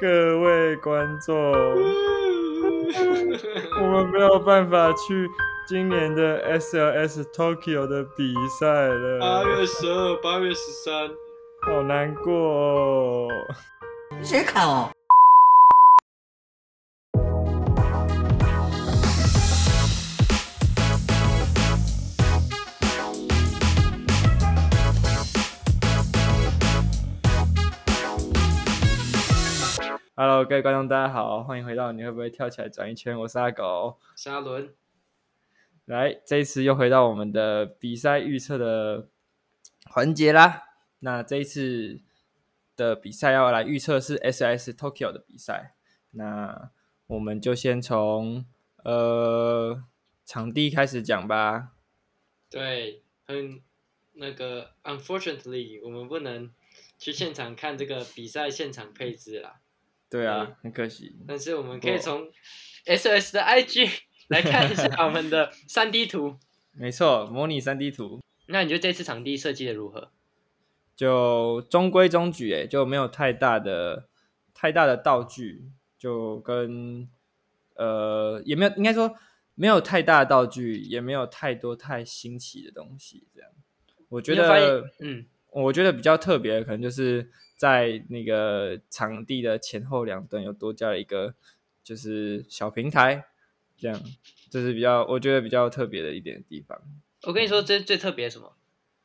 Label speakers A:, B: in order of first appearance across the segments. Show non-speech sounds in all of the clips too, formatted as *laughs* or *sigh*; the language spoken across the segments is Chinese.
A: 各位观众，我们没有办法去今年的 SLS Tokyo 的比赛
B: *laughs* 八
A: 了，
B: 月十二，八月十三，
A: 好难过哦。
C: 谁看哦？
A: Hello，各位观众，大家好，欢迎回到你会不会跳起来转一圈？我是阿狗，
B: 沙伦，
A: 来，这一次又回到我们的比赛预测的环节啦。那这一次的比赛要来预测是 SS Tokyo 的比赛，那我们就先从呃场地开始讲吧。
B: 对，很那个，unfortunately，我们不能去现场看这个比赛现场配置啦，
A: 对
B: 对
A: 啊，很可惜。
B: 但是我们可以
A: 哇
B: 从 SS 的 *laughs* IG 来看一下我们的三 D 图。
A: 没错，模拟三 D 图
B: 那你觉得这次场地设计的如何？
A: 就中规中矩、欸，就没有太大的太大的道具，就跟呃也没有，应该说没有太大的道具，也没有太多太新奇的东西。这样，我觉
B: 你有发现
A: 得，
B: 嗯，
A: 我觉得比较特别的，可能就是在那个场地的前后两端有多加了一个就是小平台，这样，这、是比较我觉得比较特别的一点地方。
B: 我跟你说，这最特别什么？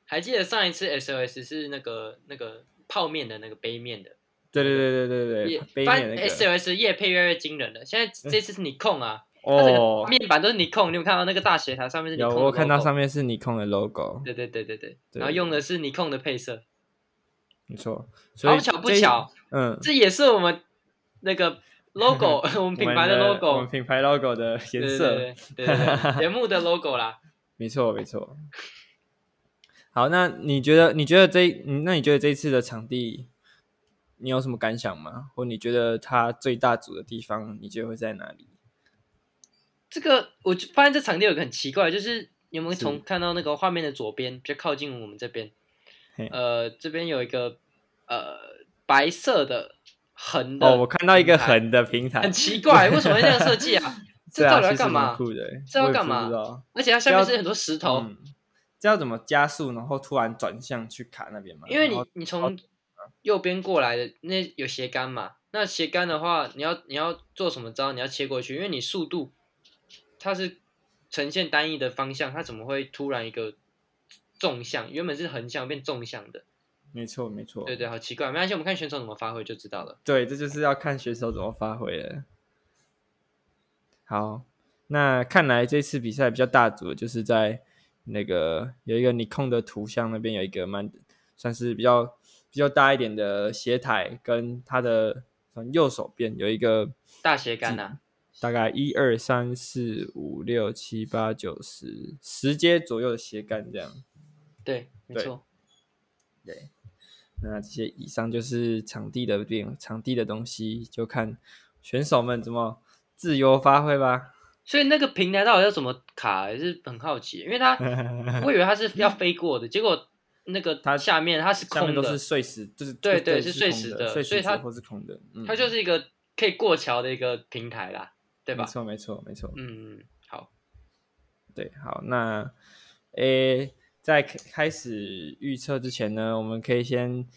B: 还记得上一次 SOS 是那个那个泡面的那个杯面的，
A: 对对对对对对
B: 也，
A: 杯
B: 反
A: 面
B: 正
A: 那个嗯
B: SOS 夜配越来越惊人了。现在这次是你控啊，它整
A: 哦
B: 个，面板都是你控，你有看到那个大斜塔上面是你
A: 有，
B: 控？
A: 我有看到上。面是尼控的 logo，
B: 对对对对对，
A: 对
B: 然后用的是你控的配色，
A: 没错。所
B: 好
A: 以
B: 哦巧不
A: 这一
B: 巧，，
A: 嗯，
B: 这也是我们
A: *laughs*
B: 那个 logo，我们品牌
A: 我们
B: logo，
A: 我们品牌 logo 的颜
B: 对
A: 色，
B: 对对对对对节
A: *laughs*
B: 目的 logo 啦。
A: 没错没错。好，那你觉得？你觉得这？嗯那你觉得这一次的场地，你有什么感想吗？或你觉得它最大组的地方，你觉得会在哪里？
B: 这个我就发现这场地有个很奇怪，就是你有没有
A: 是
B: 从看到那个画面的左边，就靠近我们这边
A: 嘿，
B: 呃，这边有一个呃白色的横的，
A: 哦，我看到一个
B: 平台
A: 横的平台
B: 很，奇怪，为什么会这样设计
A: *laughs*
B: 啊？这
A: 对啊
B: 到底要
A: 其实
B: 干
A: 蛮
B: 嘛
A: 酷的欸，
B: 这要
A: 我也
B: 干
A: 不
B: 嘛
A: 知道
B: 而且它下面
A: 要
B: 是很多石头，
A: 嗯，这要怎么加速，然后突然转向去卡那边吗？
B: 因为你
A: 然后
B: 你从右边过来的那有斜杆嘛，那斜杆的话，你要你要做什么招？你要切过去，因为你速度它是呈现单一的方向，它怎么会突然一个纵向？原本是横向变纵向的，
A: 没错没错，
B: 对对，好奇怪。没关系，我们看选手怎么发挥就知道了。
A: 对，这就是要看选手怎么发挥了。好，那看来这次比赛比较大组，就是在那个有一个你控的图像那边有一个蛮算是比较比较大一点的斜台，跟它的嗯右手边有一个
B: 大斜杆啊，
A: 大概一二三四五六七八九十十阶左右的斜杆这样。
B: 对，没
A: 对
B: 错。
A: 对，那这些以上就是场地的变，场地的东西，就看选手们怎么自由发挥吧。
B: 所以那个平台到底要怎么卡，还是很好奇，因
A: *laughs*
B: 为它我以为它 *laughs* 是要飞过的，结果那个
A: 它
B: 下面它是
A: 下面都
B: 空的，
A: 是碎石，就是
B: 对对
A: 对
B: 是
A: 碎
B: 碎石
A: 的，
B: 的
A: 碎
B: 所以
A: 石
B: 它
A: 折或是空的，嗯，
B: 它就是一个可以过桥的一个平台啦，对吧
A: 没？错没错没错，
B: 嗯，好，
A: 对，好，那诶，在开开始预测之前呢，我们可以先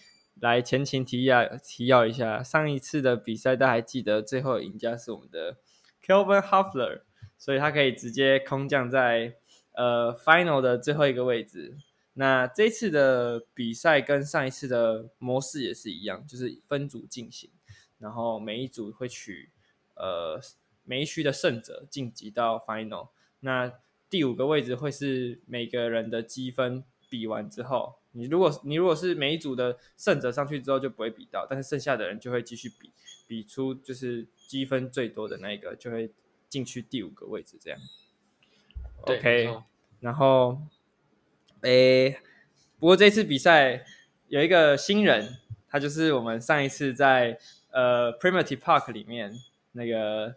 A: 来前情提要提要一下，上一次的比赛大家还记得，最后赢家是我们的 Kelvin Hoffler，所以他可以直接空降在呃 Final 的最后一个位置。那这次的比赛跟上一次的模式也是一样，就是分组进行，然后每一组会取呃每一区的胜者晋级到 Final。那第五个位置会是每个人的积分比完之后，你如果你如果是每一组的胜者上去之后就不会比到，但是剩下的人就会继续比，比出就是积分最多的那一个就会进去第五个位置这样。
B: 对
A: OK，
B: 没错
A: 然后，诶，不过这次比赛有一个新人，他就是我们上一次在呃 Primitive Park 里面那个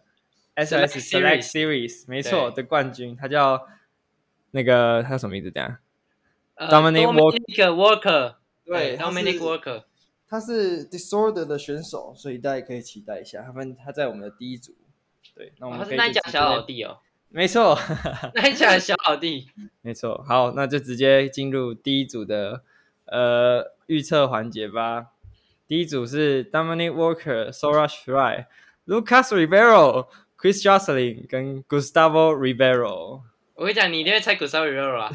B: Select
A: SS Select Series 没错
B: 对
A: 的冠军，他叫那个他叫什么名字？等一下，
B: 呃
A: Dominic
B: Dominic Walker，
A: 对他是
B: Dominic Walker，
A: 他是 Disorder 的选手，所以大家可以期待一下。他们他在我们的第一组，对，那我
B: 哦
A: 们
B: 他
A: 可以
B: 是那一
A: 就
B: 家
A: 直接
B: 小老弟哦，
A: 没错，
B: 那一家小老弟，
A: 没错。好，那就直接进入第一组的呃预测环节吧。第一组是 Dominic Walker、Sora Shirai、Lucas Rivero、Chris Jocelyn 跟 Gustavo Rivero。
B: 我跟你讲，你一定会猜古萨维罗
A: *laughs*
B: 啊，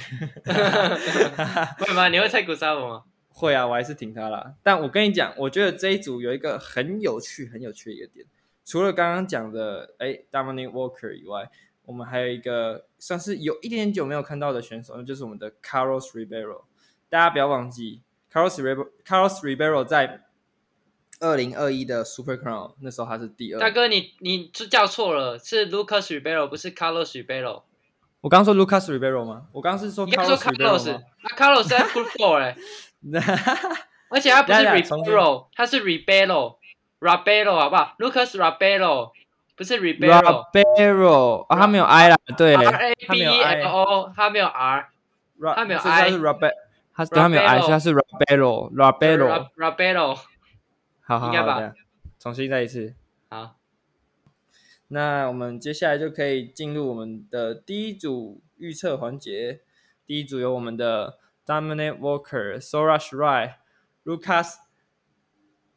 B: 会吗？你会猜古萨维
A: *laughs*
B: 吗？
A: 会啊，我还是挺他啦。但我跟你讲，我觉得这一组有一个很有趣、很有趣的一个点，除了刚刚讲的哎 Dominic Walker 以外，我们还有一个算是有一点久没有看到的选手，那就是我们的 Carlos Ribero。大家不要忘记，Carlos Ribero Carlos Ribero 在二零二一的 Super Crown 那时候他是第二。
B: 大哥，你你就叫错了，是 Lucas Ribeiro，不是 Carlos Ribeiro。
A: 哦我刚刚说 Lucas Ribero 吗？我刚刚是说
B: 你刚说
A: Carlos Ribero 吗
B: Carlos，那 Carlos 在 Group Four 哎，
A: *laughs*
B: 而且他不是
A: 等一下重新
B: Ribeiro，他是 Ribeiro，Ribeiro 好不好？Lucas Ribeiro，不是 *laughs* Ribeiro。
A: Ribero 啊，他没有 I 啦，对，
B: R A
A: 他
B: B
A: 没有
B: E
A: I
B: L。O，他没有 R，
A: Ra-
B: 他没有
A: 所以他
B: I
A: 是 Rabel，他是对他没有 I，
B: Rabelo
A: 所以他是 Rabelo Rabelo。
B: r i b e r o
A: 好好好，
B: 应该吧
A: 这样重新再一次。
B: 好，
A: 那我们接下来就可以进入我们的第一组预测环节。第一组有我们的 Dominic Walker、Sora Shirai、Lucas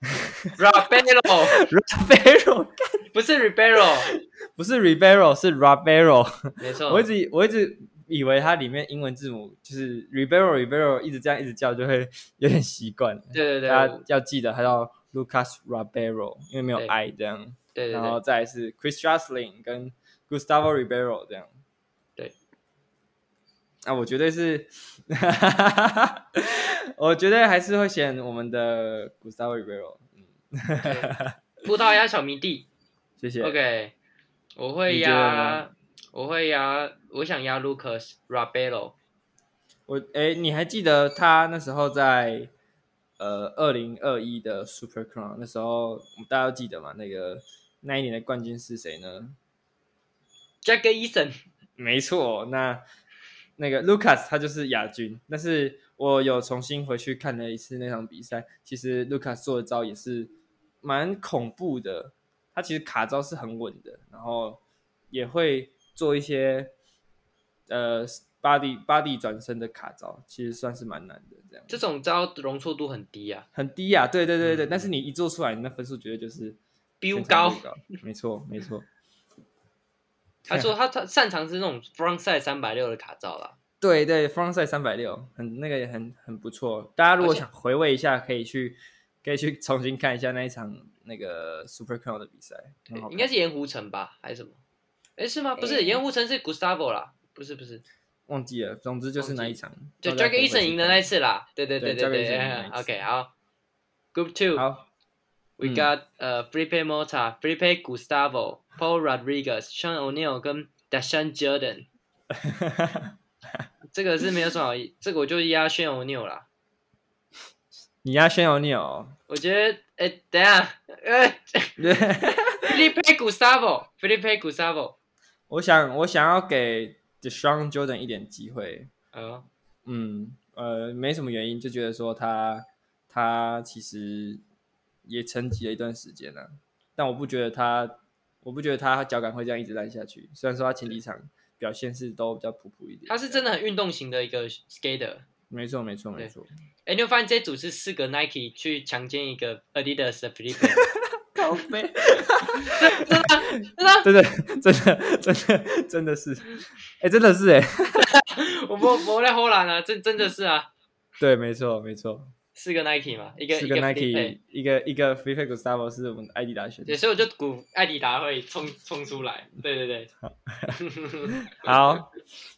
A: *laughs*
B: Ribeiro，
A: Rabelo，
B: *laughs* 不是 Ribeiro，
A: *laughs* 不是 Ribero，是 Rabelo。
B: 没错
A: 我一。直我一直以为它里面英文字母就是 Ribero Ribero，一直这样一直叫就会有点习惯了。
B: 对对对
A: 大家要记得还要 Lucas Rabero，因为没有
B: 对
A: I 这样，
B: 对对
A: 然后
B: 对，
A: 再来是 Chris Jocelyn 跟 Gustavo Ribero 这样。
B: 对，
A: 啊，我绝对是， *laughs* 我绝对还是会选我们的 Gustavo Ribero。嗯，
B: 葡萄牙小迷弟。
A: 谢谢。
B: OK，我会
A: 你觉得
B: 压
A: 呢，
B: 我会压，我想压 Lucas Rabelo。
A: 我哎，你还记得他那时候在呃二零二一的 Super Crown 那时候，我们大家都记得嘛？那个那一年的冠军是谁呢？
B: Jack Eason，
A: 没错，那那个 Lucas 他就是亚军，但是我有重新回去看了一次那场比赛，其实 Lucas 做的招也是蛮恐怖的，他其实卡招是很稳的，然后也会做一些呃 body body 转身的卡招，其实算是蛮难的，这样
B: 这种招容错度很低啊，
A: 很低啊，对对对对，
B: 嗯
A: 但是你一做出来，你那分数绝对就是
B: 飙
A: 全场
B: 高
A: 最。没错没错，
B: 他说他他擅长是那种 frontside 三百六的卡照啦。
A: 对对，Frontside 三百六，很那个也很很不错。大家如果
B: 而且
A: 想回味一下，可以去可以去重新看一下那一场那个 Super Crown 的比赛，很好
B: 应该
A: 看
B: 是盐湖城吧，还是什么？哎，是吗？不是，盐湖城是 Gustavo 啦，不是不是，
A: 忘记了。总之就是
B: 忘记
A: 那一场，
B: 就
A: 大家
B: Jack
A: 哦可以回去
B: Eason 赢的那一次啦。对对
A: 对
B: 对
A: Jack
B: 对
A: Eason 赢的那一
B: 哎
A: 次
B: OK，好。Group Two，
A: 看。
B: *laughs*
A: 好，
B: We
A: 嗯
B: got 呃、Felipe Mota、Felipe Gustavo、Paul Rodriguez、Sean O'Neal 跟 Dashan Jordan。这个是没有什么好，这个我就压 Sean O'Neal 啦。
A: 你压轩有你 *laughs* 哦，
B: 我觉得，哎、等一下，呃，Felipe Gustavo，Felipe Gustavo，
A: 我想我想要给 Deshaun Jordan 一点机会，
B: 哦，
A: 嗯，呃，没什么原因，就觉得说他他其实也沉寂了一段时间了、但我不觉得他，我不觉得他脚感会这样一直烂下去。虽然说他前几场表现是都比较普普一点，
B: 他是真的很运动型的一个 skater。
A: 没错没错
B: 对
A: 没
B: *laughs*
A: 错，
B: 哎、你有发现这组是四个 Nike 去强奸一个 Adidas 的 Felipe，
A: 高飞，
B: 真的啊真的啊，
A: *laughs* 真的真的真的真的是，哎、真的是哎、
B: 我不我在荷兰啊，真真的是啊，
A: 对，没错没错，
B: 四个 Nike 嘛，一个
A: 是
B: 一个
A: 个
B: Felipe
A: Nike 一个一个 f r e e p a Gustavo 是我们的艾迪达选手
B: 对，。所以我就鼓艾迪达会冲冲出来，对对对，
A: *laughs* 好，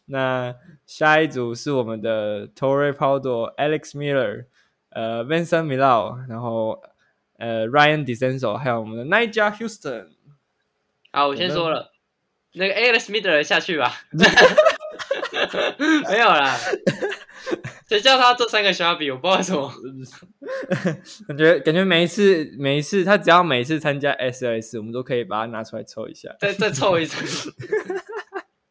A: 那下一组是我们的 Torre p a u d o Alex Miller、呃 Vincent Milao，然后呃 Ryan DeCenso，还有我们的 Nigel Houston。
B: 好，我先说了，那个 Alex Miller 下去吧，没有啦，谁叫他做三个 s h a b y 我不知道为什么，
A: 感觉感觉每一次每一次他只要每一次参加 SLS，我们都可以把它拿出来抽一下。
B: 再再凑一次。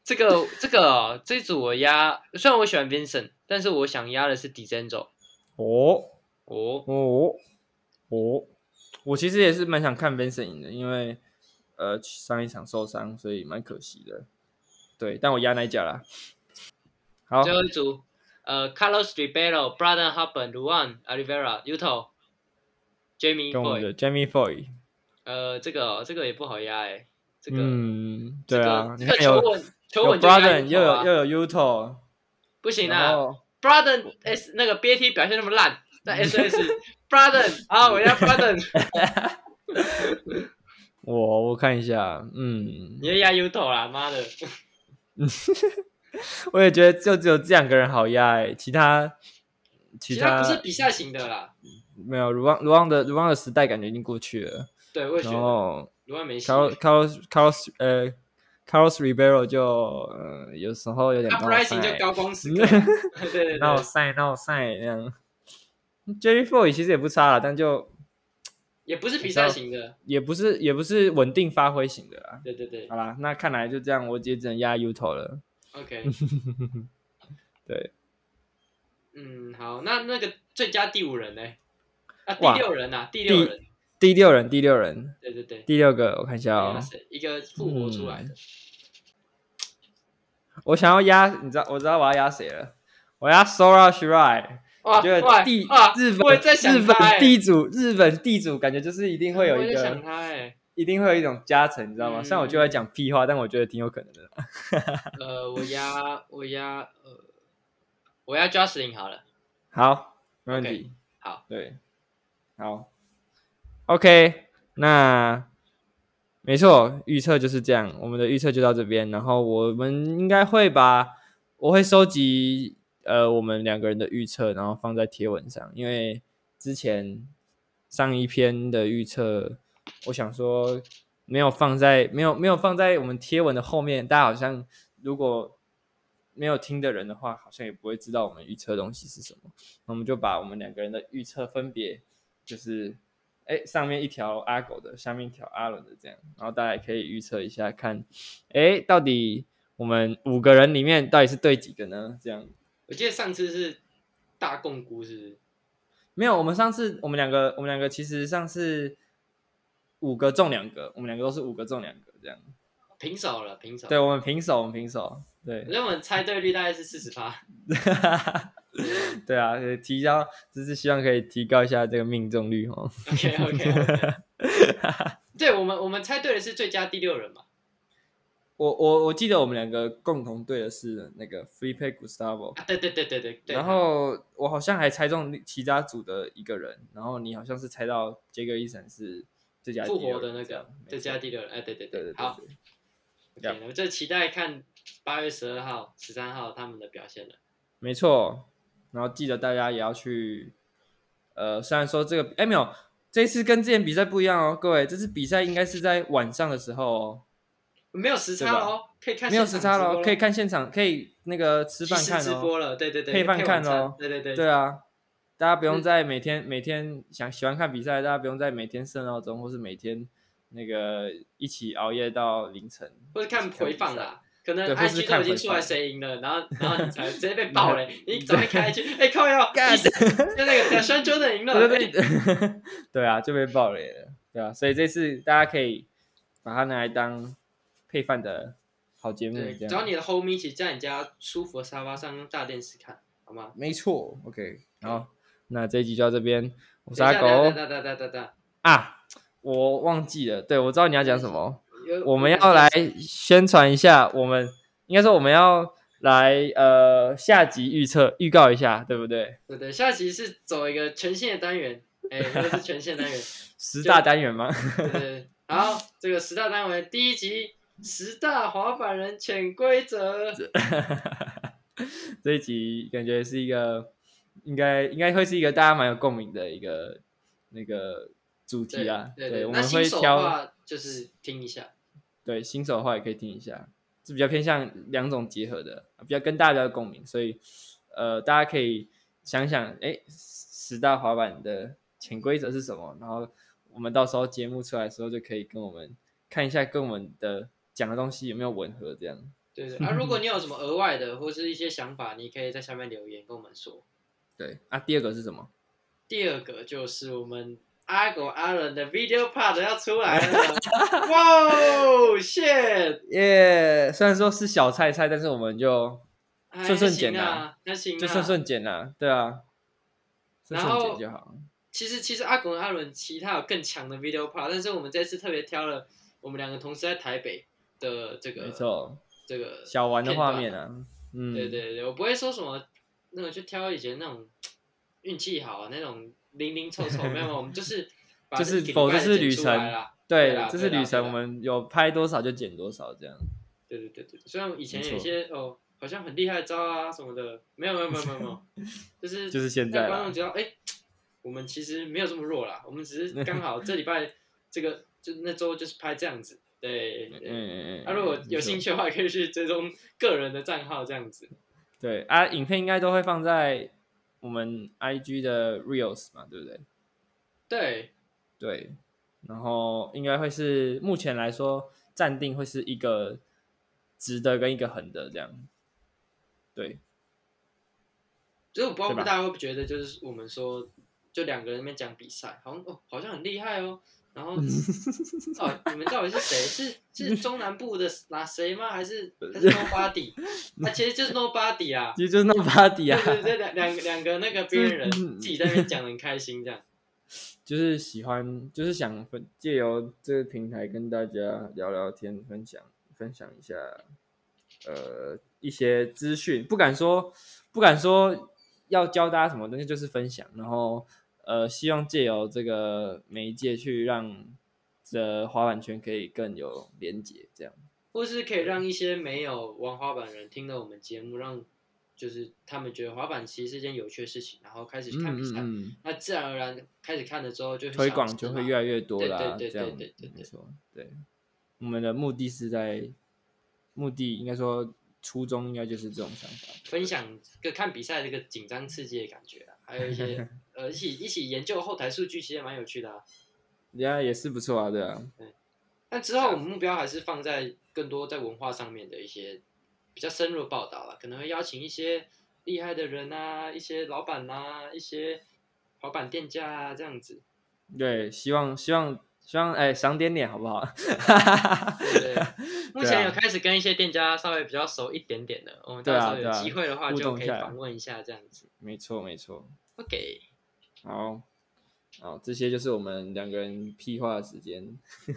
B: 这个这个哦这一组我压，虽然我喜欢 Vincent，但是我想压的是 d i z e n z o
A: 哦
B: 哦，
A: 哦，我我其实也是蛮想看 Vincent 赢的，因为呃上一场受伤，所以蛮可惜的。对，但我压奶甲啦。好，
B: 最后一组，呃，Carlos Ribeiro、Braden Hopper、Luan Olivera、Uto、Jamie
A: 跟我们
B: Foy，
A: 的 Jamie Foy，
B: 呃，这个哦、这个也不好压哎、这个、
A: 嗯，
B: 这
A: 对
B: 个
A: 啊，
B: 这
A: 你
B: 个
A: 看
B: 求
A: 有
B: 稳求
A: 有
B: 稳就压
A: Braden，
B: 一
A: 又
B: 头
A: 有
B: 啊
A: 又有 Uto，
B: 不行
A: 然
B: 啊
A: 后嗯
B: ，Braden S 那个 BAT 表现那么烂，
A: *laughs*
B: 那 SS Braden 啊，我要 Braden，
A: 我我看一下，嗯
B: 你，就压 Uto 啦，妈的，
A: 我也觉得就只有这两个人好压哎、其他
B: 其
A: 其
B: 他
A: 他
B: 不是比赛型的啦，
A: 没有卢旺卢旺的卢旺的时代感觉已经过去了，
B: 对，我也觉
A: 然
B: 得
A: 后
B: 卢万没戏。
A: Carlos Carlos Carlos 呃 Carlos Ribeiro 就呃有时候有点
B: 他
A: 闹
B: pricing 就
A: 赛，
B: 高光时刻，
A: 嗯
B: *laughs* 对对
A: 闹
B: 对，
A: 赛闹赛那样。Jerry Foy 其实也不差了，但就
B: 也不是比赛型的，
A: 也不是也不是稳定发挥型的啦。
B: 对对对
A: 好啦，那看来就这样，我也只能压 Uto 了。
B: ，OK，
A: *laughs* 对，
B: 嗯，好，那那个最佳第五人呢？啊，第
A: 哇
B: 六人啊，第六人，
A: 第六人，第六人，
B: 对对对，
A: 第六个，我看一下哦
B: 哇。塞一个复活出来
A: 嗯
B: 的，
A: 我想要压，你知道，我知道我要压谁了，我要 Sora Shirai。
B: 哇
A: 觉得
B: 哇
A: 地
B: 哇，
A: 日
B: 我
A: 本
B: 也在想
A: 日本
B: 他欸
A: 地主日本地主感觉就是一定会有
B: 我
A: 一
B: 也在想
A: 个
B: 他哎，
A: 一定会有一种加成，你知道吗？
B: 嗯
A: 虽然我就在讲屁话，但我觉得挺有可能的。
B: 呃，我
A: *laughs*
B: 压我压呃，我压 Justin 好了，
A: 好，没问题。
B: 好，
A: 对，好，OK，那没错，预测就是这样，我们的预测就到这边。然后我们应该会把，我会收集呃我们两个人的预测，然后放在贴文上，因为之前上一篇的预测，我想说没有放在没有没有放在我们贴文的后面，大家好像如果。没有听的人的话，好像也不会知道我们预测的东西是什么。那我们就把我们两个人的预测分别就是，哎，上面一条阿狗的，下面一条阿伦的这样，然后大家也可以预测一下，看，哎，到底我们五个人里面到底是对几个呢？这样
B: 我记得上次是大共估是不是？
A: 没有，我们上次我们两个，我们两个其实上次五个中两个，我们两个都是五个中两个这样，
B: 平手了，平手。
A: 对，我们平手，我们平手，对 *laughs*
B: 我，认为猜对率大概是四十八。
A: 对啊，呃提高就是希望可以提高一下这个命中率哦。
B: OK OK。对我们，我们猜对的是最佳第六人嘛？
A: 我我我记得我们两个共同对的是那个 Felipe Gustavo，
B: 啊，对对对对对对。
A: 然后我好像还猜中其他组的一个人，然后你好像是猜到杰克医生是最佳
B: 复
A: 第六
B: 活的
A: 人
B: 那
A: 这样
B: 个最佳第六人，哎，对对
A: 没错对对对
B: 好
A: 对
B: ，OK，我就期待看八月十二号、十三号他们的表现了。
A: 没错。然后记得大家也要去，呃，虽然说这个哎没有，这次跟之前比赛不一样哦，各位，这次比赛应该是在晚上的时候哦，
B: 没有时差哦，可以看
A: 没有时
B: 现
A: 差
B: 场直
A: 咯，
B: 播咯
A: 可以看现场，可以那个吃
B: 即
A: 饭
B: 时
A: 看
B: 直
A: 哦。
B: 播了，对对对，
A: 配饭
B: 晚
A: 看
B: 餐
A: 哦
B: 对对对
A: 对啊，大家不用
B: 嗯
A: 再每天、每天想喜欢看比赛，大家不用再每天设闹钟，或是每天那个一起熬夜到凌晨，
B: 或者看回放
A: 啦。
B: 啦。可能
A: 对或是
B: IG 都已
A: 看
B: 经
A: 回
B: 出来
A: 放
B: 谁赢了，然后然后你才直接被爆嘞，你怎么会开 IG？哎，靠呀，
A: *laughs* 干
B: 一就那个两双 Jordan 赢了，
A: 对对
B: 哎
A: 对， *laughs* 对啊，就被爆雷了，对啊，所以这次大家可以把它拿来当配饭的好节目，
B: 对，
A: 这
B: 找
A: 样
B: 你的 homie 一起在你家舒服的沙发上用大电视看，好吗？
A: 没错，OK，好，那这一集就到这边，我是
B: 嗯
A: 阿
B: 等一下
A: 狗
B: 等一下等一下等一下等一下等一下
A: 啊，我忘记了，对我知道你要讲什么。
B: 有
A: 我们要来宣传一下，我们应该说我们要来呃下集预测预告一下，对不对？
B: 对对，下集是走一个全新的单元，哎，又是全新的单元，
A: 十大单元吗？ *laughs*
B: 对对对。好，这个十大单元第一集十大滑板人潜规则，
A: 这一集感觉是一个应该应该会是一个大家蛮有共鸣的一个那个主题啊。
B: 对对，
A: 我
B: 那
A: 们
B: 新
A: 会
B: 手的
A: 挑
B: 话就是听一下，
A: 对新手的话也可以听一下，是比较偏向两种结合的，比较跟大家比较有共鸣，所以呃大家可以想想，哎，十大滑板的潜规则是什么？然后我们到时候节目出来的时候，就可以跟我们看一下跟我们的讲的东西有没有吻合，这样。
B: 对对。啊，如果你有什么额外的或是一些想法，你可以在下面留言跟我们说。
A: 对啊，第二个是什么？
B: 第二个就是我们阿狗阿伦的 video part 要出
A: *laughs*
B: 来了，哇哦，shit，
A: 耶、虽然说是小菜菜，但是我们就
B: 哎
A: 顺顺剪
B: 那行
A: 啊
B: 啊，那行啊，
A: 就顺顺剪啦，对啊，顺
B: 然
A: 顺剪
B: 后
A: 就好。
B: 其实其实阿狗跟阿伦其他有更强的 video part，但是我们这次特别挑了我们两个同时在台北的这个
A: 没错，
B: 这个，
A: 小玩的画面啊，嗯，
B: 对对对，我不会说什么那个就挑以前那种运气好啊那种零零凑凑，没有，我们就是把
A: *laughs* 就是
B: 这个
A: 否
B: 礼拜
A: 这是
B: 剪
A: 旅
B: 出来
A: 程
B: 啦
A: 对
B: 对啦
A: 这是
B: 对啦
A: 旅程，我
B: 对啦
A: 们有拍多少就剪多少这样。
B: 对对对对，虽然以前
A: 没
B: 有一
A: 错
B: 些哦，好像很厉害的招啊什么的，没有没有没有没有没
A: *laughs*
B: 有，就是
A: 就是现在
B: 让
A: 啦
B: 观众知道，哎、我们其实没有这么弱啦，我们只是刚好这
A: *laughs*
B: 礼拜这个就那周就是拍这样子，对。对对
A: 嗯嗯嗯。
B: 啊，如果有
A: 兴
B: 兴
A: 趣。
B: 趣的话，可以去追踪个人的账号这样子。
A: 对啊，影片应该都会放在我们 IG 的 Reels 嘛，对不对？
B: 对，
A: 对，然后应该会是目前来说暂定会是一个直的跟一个横的这样。对，
B: 就是我不知
A: 对
B: 道
A: 吧
B: 大家会不会觉得，就是我们说就两个人在那边讲比赛，好像哦，好像很厉害哦。
A: 嗯
B: 然后哦，你们到底是谁？是
A: *laughs*
B: 是中南部的哪谁吗？还是
A: 呃
B: 还是 nobody？那、啊、其实就是
A: *laughs*
B: nobody 啊。
A: 其实就是那 body
B: 对对
A: 啊，
B: 对，两两个两个那个边缘人
A: 嗯
B: 自己在那边讲的很开心，这样。
A: 就是喜欢，就是想分借由这个平台跟大家聊聊天，分享分享一下，呃，一些资讯，不敢说不敢说要教大家什么东西，就是分享，然后呃，希望借由这个媒介去让这滑板圈可以更有连结，这样。
B: 或是可以让一些没有玩滑板的人听了我们节目，让就是他们觉得滑板其实是一件有趣的事情，然后开始去看比赛，
A: 嗯嗯，
B: 那自然而然开始看了之后就会
A: 推
B: 想
A: 广
B: 知
A: 就
B: 嘛
A: 会越来越多啦，
B: 对对对
A: 这样
B: 对对对
A: 没错，对，我们的目的是在目的应该说初衷应该就是这种想法，
B: 分享个看比赛这个紧张刺激的感觉啊，还有
A: *laughs*
B: 一些呃一起一起研究后台数据，其实也蛮有趣的啊。
A: 人家也是不错啊，对啊，
B: 但之后我们目标还是放在更多在文化上面的一些比较深入的报道了，可能会邀请一些厉害的人啊，一些老板啊，一些滑板店家啊这样子，
A: 对，希望希望希望哎赏点脸好不好？ *laughs*
B: 对不对？目前
A: 对啊
B: 有开始跟一些店家稍微比较熟一点点的，我们
A: 对
B: 到
A: 啊
B: 时候有
A: 对啊
B: 机会的话
A: 互
B: 就
A: 动
B: 可
A: 一
B: 以
A: 下
B: 访问一下这样子。
A: 没错没错，
B: OK，
A: 好。好，这些就是我们两个人屁话的时间。 *laughs*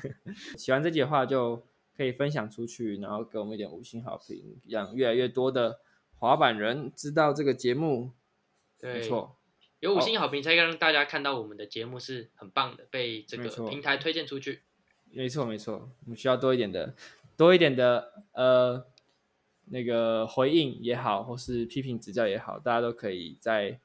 A: 喜欢这集的话，就可以分享出去，然后给我们一点五星好评，让越来越多的滑板人知道这个节目。
B: 对，
A: 没错，
B: 有五星好评才可以让大家看到我们的节目是很棒的，被这
A: 没
B: 个
A: 错
B: 平台推荐出去。
A: 没错，没错，我们需要多一点的，多一点的呃，那个回应也好，或是批评指教也好，大家都可以在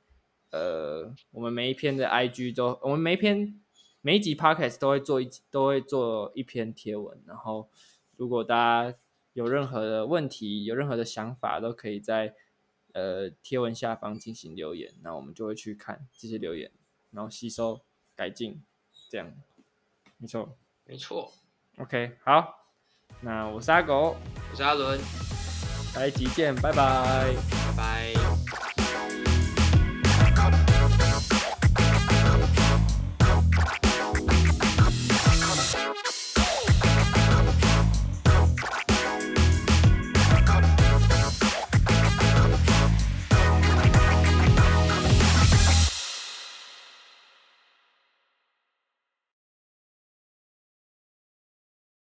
A: 呃，我们每一篇的 IG 都，我们每一篇每一集 Podcast 都会做一都会做一篇贴文，然后如果大家有任何的问题，有任何的想法，都可以在呃贴文下方进行留言，那我们就会去看这些留言，然后吸收改进，这样，没错。
B: 没错，
A: OK，好，那我是阿狗，
B: 我是阿伦，
A: 下一集见，拜拜。
B: 拜拜。